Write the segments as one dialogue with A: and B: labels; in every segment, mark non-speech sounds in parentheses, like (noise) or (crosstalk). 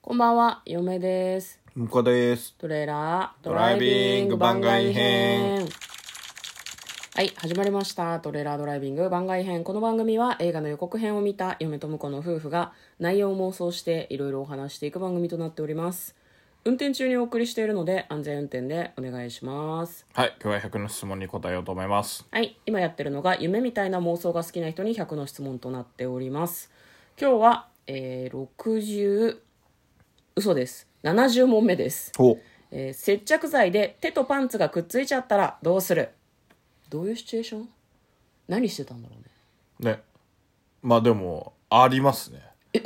A: こんばんは、嫁です。
B: 向こうです。
A: トレーラード
B: ライビング番外編。
A: はい、始まりました。トレーラードライビング番外編。この番組は映画の予告編を見た嫁と婿の夫婦が内容を妄想していろいろお話していく番組となっております。運転中にお送りしているので安全運転でお願いします。
B: はい、今日は100の質問に答えようと思います。
A: はい、今やってるのが夢みたいな妄想が好きな人に100の質問となっております。今日は、えー、60、嘘です。70問目です。
B: お
A: えー接着剤で手とパンツがくっついちゃったらどうするどういうシチュエーション何してたんだろうね
B: ね。まあでも、ありますね。 (laughs)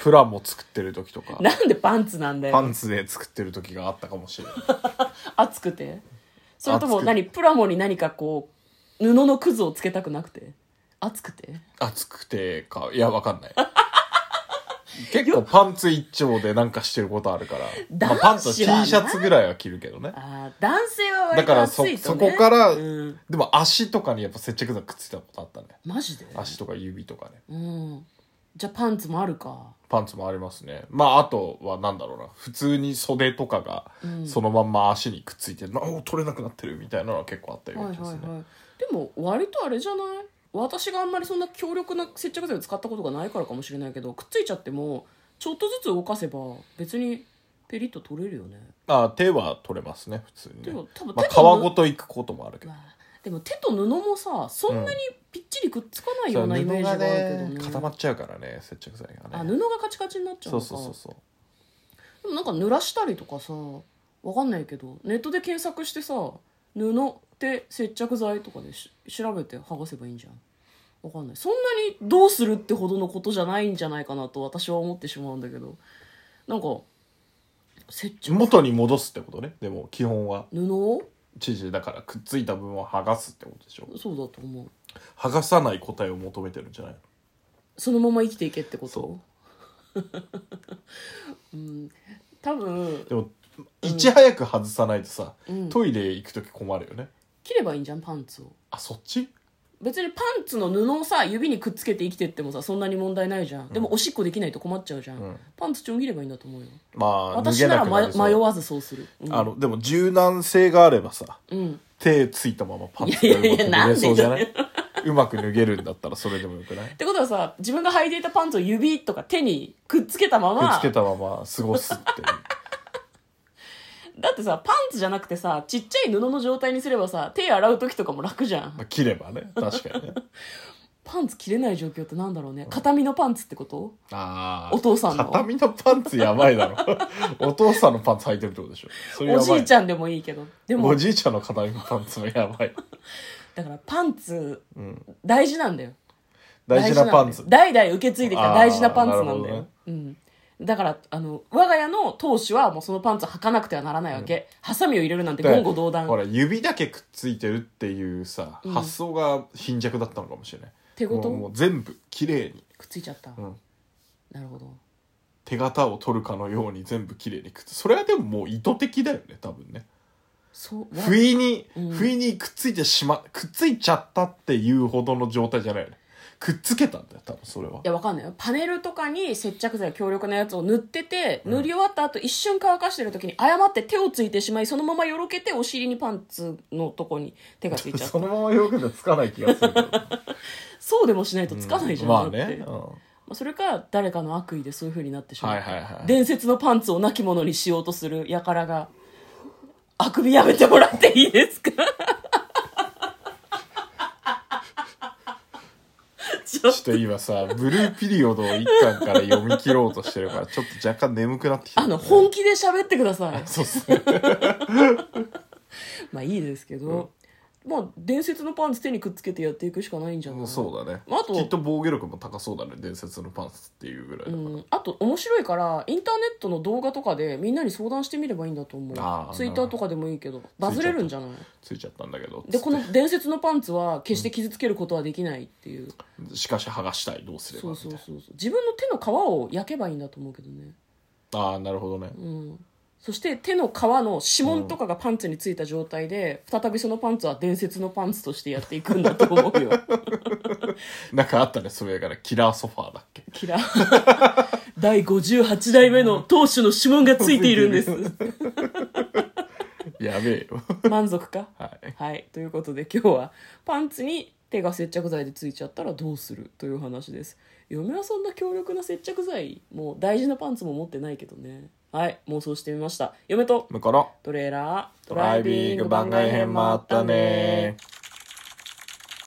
B: プラも作ってる時とか、
A: (laughs) なんでパンツなんだ
B: パ
A: よ
B: ンツで作ってる時があったかもしれない。 (laughs)
A: 熱くてそれとも
B: 熱く
A: 何プラモに何かこう布のくずをつけたくなくて熱くて
B: 暑くてか、いや、わか
A: (laughs)
B: んない。結構パンツ一丁でなんかしてることあるから、まあ、パンツ
A: 男
B: は T
A: 子
B: シ
A: はな
B: ャツぐらいは着るけどね。
A: あー男性は割
B: だか
A: と
B: らそ、
A: 熱いと、ね、
B: そこから、
A: うん
B: でも足とかにやっぱ接着剤くっついたことあったね。
A: マジで
B: 足とか指とかね。
A: うんじゃあパンツもあるか
B: パンツもありますね。まあ、あとはなんだろうな。普通に袖とかが、そのまんま足にくっついてるの、お取れなくなってるみたいなのは結構あったよ
A: は
B: う
A: い
B: な
A: はい
B: 気がするね。
A: はいでも割とあれじゃない私があんまりそんな強力な接着剤を使ったことがないからかもしれないけどくっついちゃってもちょっとずつ動かせば別にペリッと取れるよね
B: あ手は取れますね、普通に、
A: で
B: ね
A: も。多分
B: まあ、
A: 手
B: 皮
A: と布
B: ごと行くこともあるけど。
A: まあでも手と布もさそんなにぴっちりくっつかないようなイメー
B: 布
A: ジがあ
B: が
A: るけどね,、
B: ね、固まっちゃうからね、接着剤がね。
A: あ布がカチカチになっちゃう
B: そ
A: の
B: う
A: か
B: そうそうそう。
A: でもなんか濡らしたりとかさわかんないけどネットで検索してさ布って接着剤とかでし調べて剥がせばいいんじゃんわかんないそんなにどうするってほどのことじゃないんじゃないかなと私は思ってしまうんだけどなんか接着
B: 元に戻すってことね。でも、基本は。
A: 布を
B: 知事だから、くっついた部分は剥がすってことでしょ。
A: そうだと思う
B: 剥がさない答えを求めてるんじゃないの
A: そのまま生きていけってこと
B: そ
A: (laughs) うん多分
B: でも、いち早く外さないとさ、
A: うん
B: トイレ行く時困るよね。
A: 切ればいいんじゃんパンツを
B: あそっち
A: 別にパンツの布をさ指にくっつけて生きてってもさそんなに問題ないじゃん、でもおしっこできないと困っちゃうじゃん、
B: うん
A: パンツちょん切ればいいんだと思うよ
B: まあ脱
A: 私
B: げ
A: な
B: な
A: ら
B: く
A: ま
B: なりそう
A: 迷わずそうする、うん、
B: あのでも柔軟性があればさ
A: うん
B: 手ついたままパンツ
A: い
B: が
A: や
B: う
A: いやい
B: まく
A: や
B: 脱げそうじゃな
A: ない
B: いうまく脱げるんだったらそれでもよくない
A: っ
B: く
A: てことはさ自分が履いていたパンツを指とか手にくっつけたまま
B: っつけたまま過ごすっていう
A: だってさパンツじゃなくてさちっちゃい布の状態にすればさ手洗う時とかも楽じゃん
B: まあ切ればね確かにね
A: パンツ切れない状況ってなんだろうね片身のパンツってこと
B: あ
A: ーお父さんの
B: 畳のパンツやばいだろ
A: (laughs)
B: お父さんのパンツ履いてるってことでしょそれ
A: お
B: やばい
A: じいちゃんでもいいけどでも
B: おじいちゃんの畳のパンツもやばい、
A: だからパンツ
B: うん、
A: 大事なんだよ
B: 大事なパンツ
A: 大事なんだよ代々受け継いできた大事なパンツな
B: あー
A: ん
B: な
A: だ
B: る
A: よ、
B: ほどね
A: うん、だからあの我が家の当主はもうそのパンツ履かなくてはならないわけ、ハサミを入れるなんて言語道断
B: ほら指だけくっついてるっていうさ、
A: うん
B: 発想が貧弱だったのかもしれないって
A: こと
B: もうもう全部綺麗に、
A: くっついちゃった、
B: うん、
A: なるほど
B: 手形を取るかのように全部綺麗にくっつそれはでももう意図的だよね多分ね
A: そう
B: 不意に、
A: うん
B: 不意にくっついてしまくっついちゃったっていうほどの状態じゃないよねくっつけたんだよ多分それはい
A: やわかんないよパネルとかに接着剤強力なやつを塗ってて塗り終わった後一瞬乾かしてる時に誤って手をついてしまいそのままよろけてお尻にパンツのとこに手がついちゃっ
B: (laughs) そ
A: た
B: のままよくつかない気がするけど
A: そうでもしないとつかないじゃん、
B: まあ
A: だって
B: ね、うん、は
A: まあ、それか誰かの悪意でそういう風になってし
B: い
A: まう、
B: はいはい
A: 伝説のパンツを亡き者にしようとする輩があくびやめてもらっていいですか (laughs) ちょっ
B: ちょっと今さブルーピリオドを一巻から読み切ろうとしてるからちょっと若干眠くなってきた
A: あの本気で喋ってください
B: そうっすね
A: まあいいですけど、まあ伝説のパンツ手にくっつけてやっていくしかないん (laughs) じゃない
B: そうだね、
A: まああと
B: きっと防御力も高そうだね伝説のパンツっていうぐらいだから、
A: うん、あと面白いからインターネットの動画とかでみんなに相談してみればいいんだと思
B: あ
A: う
B: ー
A: ツイッターとかでもいいけどバズれるんじゃない
B: ついちゃったんだけど
A: でこ
B: つっ
A: の伝説のパンツは決して傷つけることはできないっていう
B: てしかし剥がしたいどうすれば
A: そう
B: みた
A: そ
B: いうな
A: そうそう自分の手の皮を焼けばいいんだと思うけどね
B: ああなるほどね、
A: うんそして手の皮の指紋とかがパンツについ
B: (laughs)
A: た状態で、再びそのパンツは伝説のパンツとしてやっていくんだと思うよ
B: なんかあったね、それから、キラーソファーだっけ。
A: キラー第58代目の当主の指紋がついているん
B: (laughs)
A: です
B: やべえよ。
A: 満足か
B: はい。
A: はいということで今日はパンツに手が接着剤でついちゃったらどうするという話です嫁はそんな強力な接着剤もう大事なパンツも持ってないけどねはい妄想してみました嫁と
B: 向こうの
A: トレーラード
B: ドライビング番外編もあったね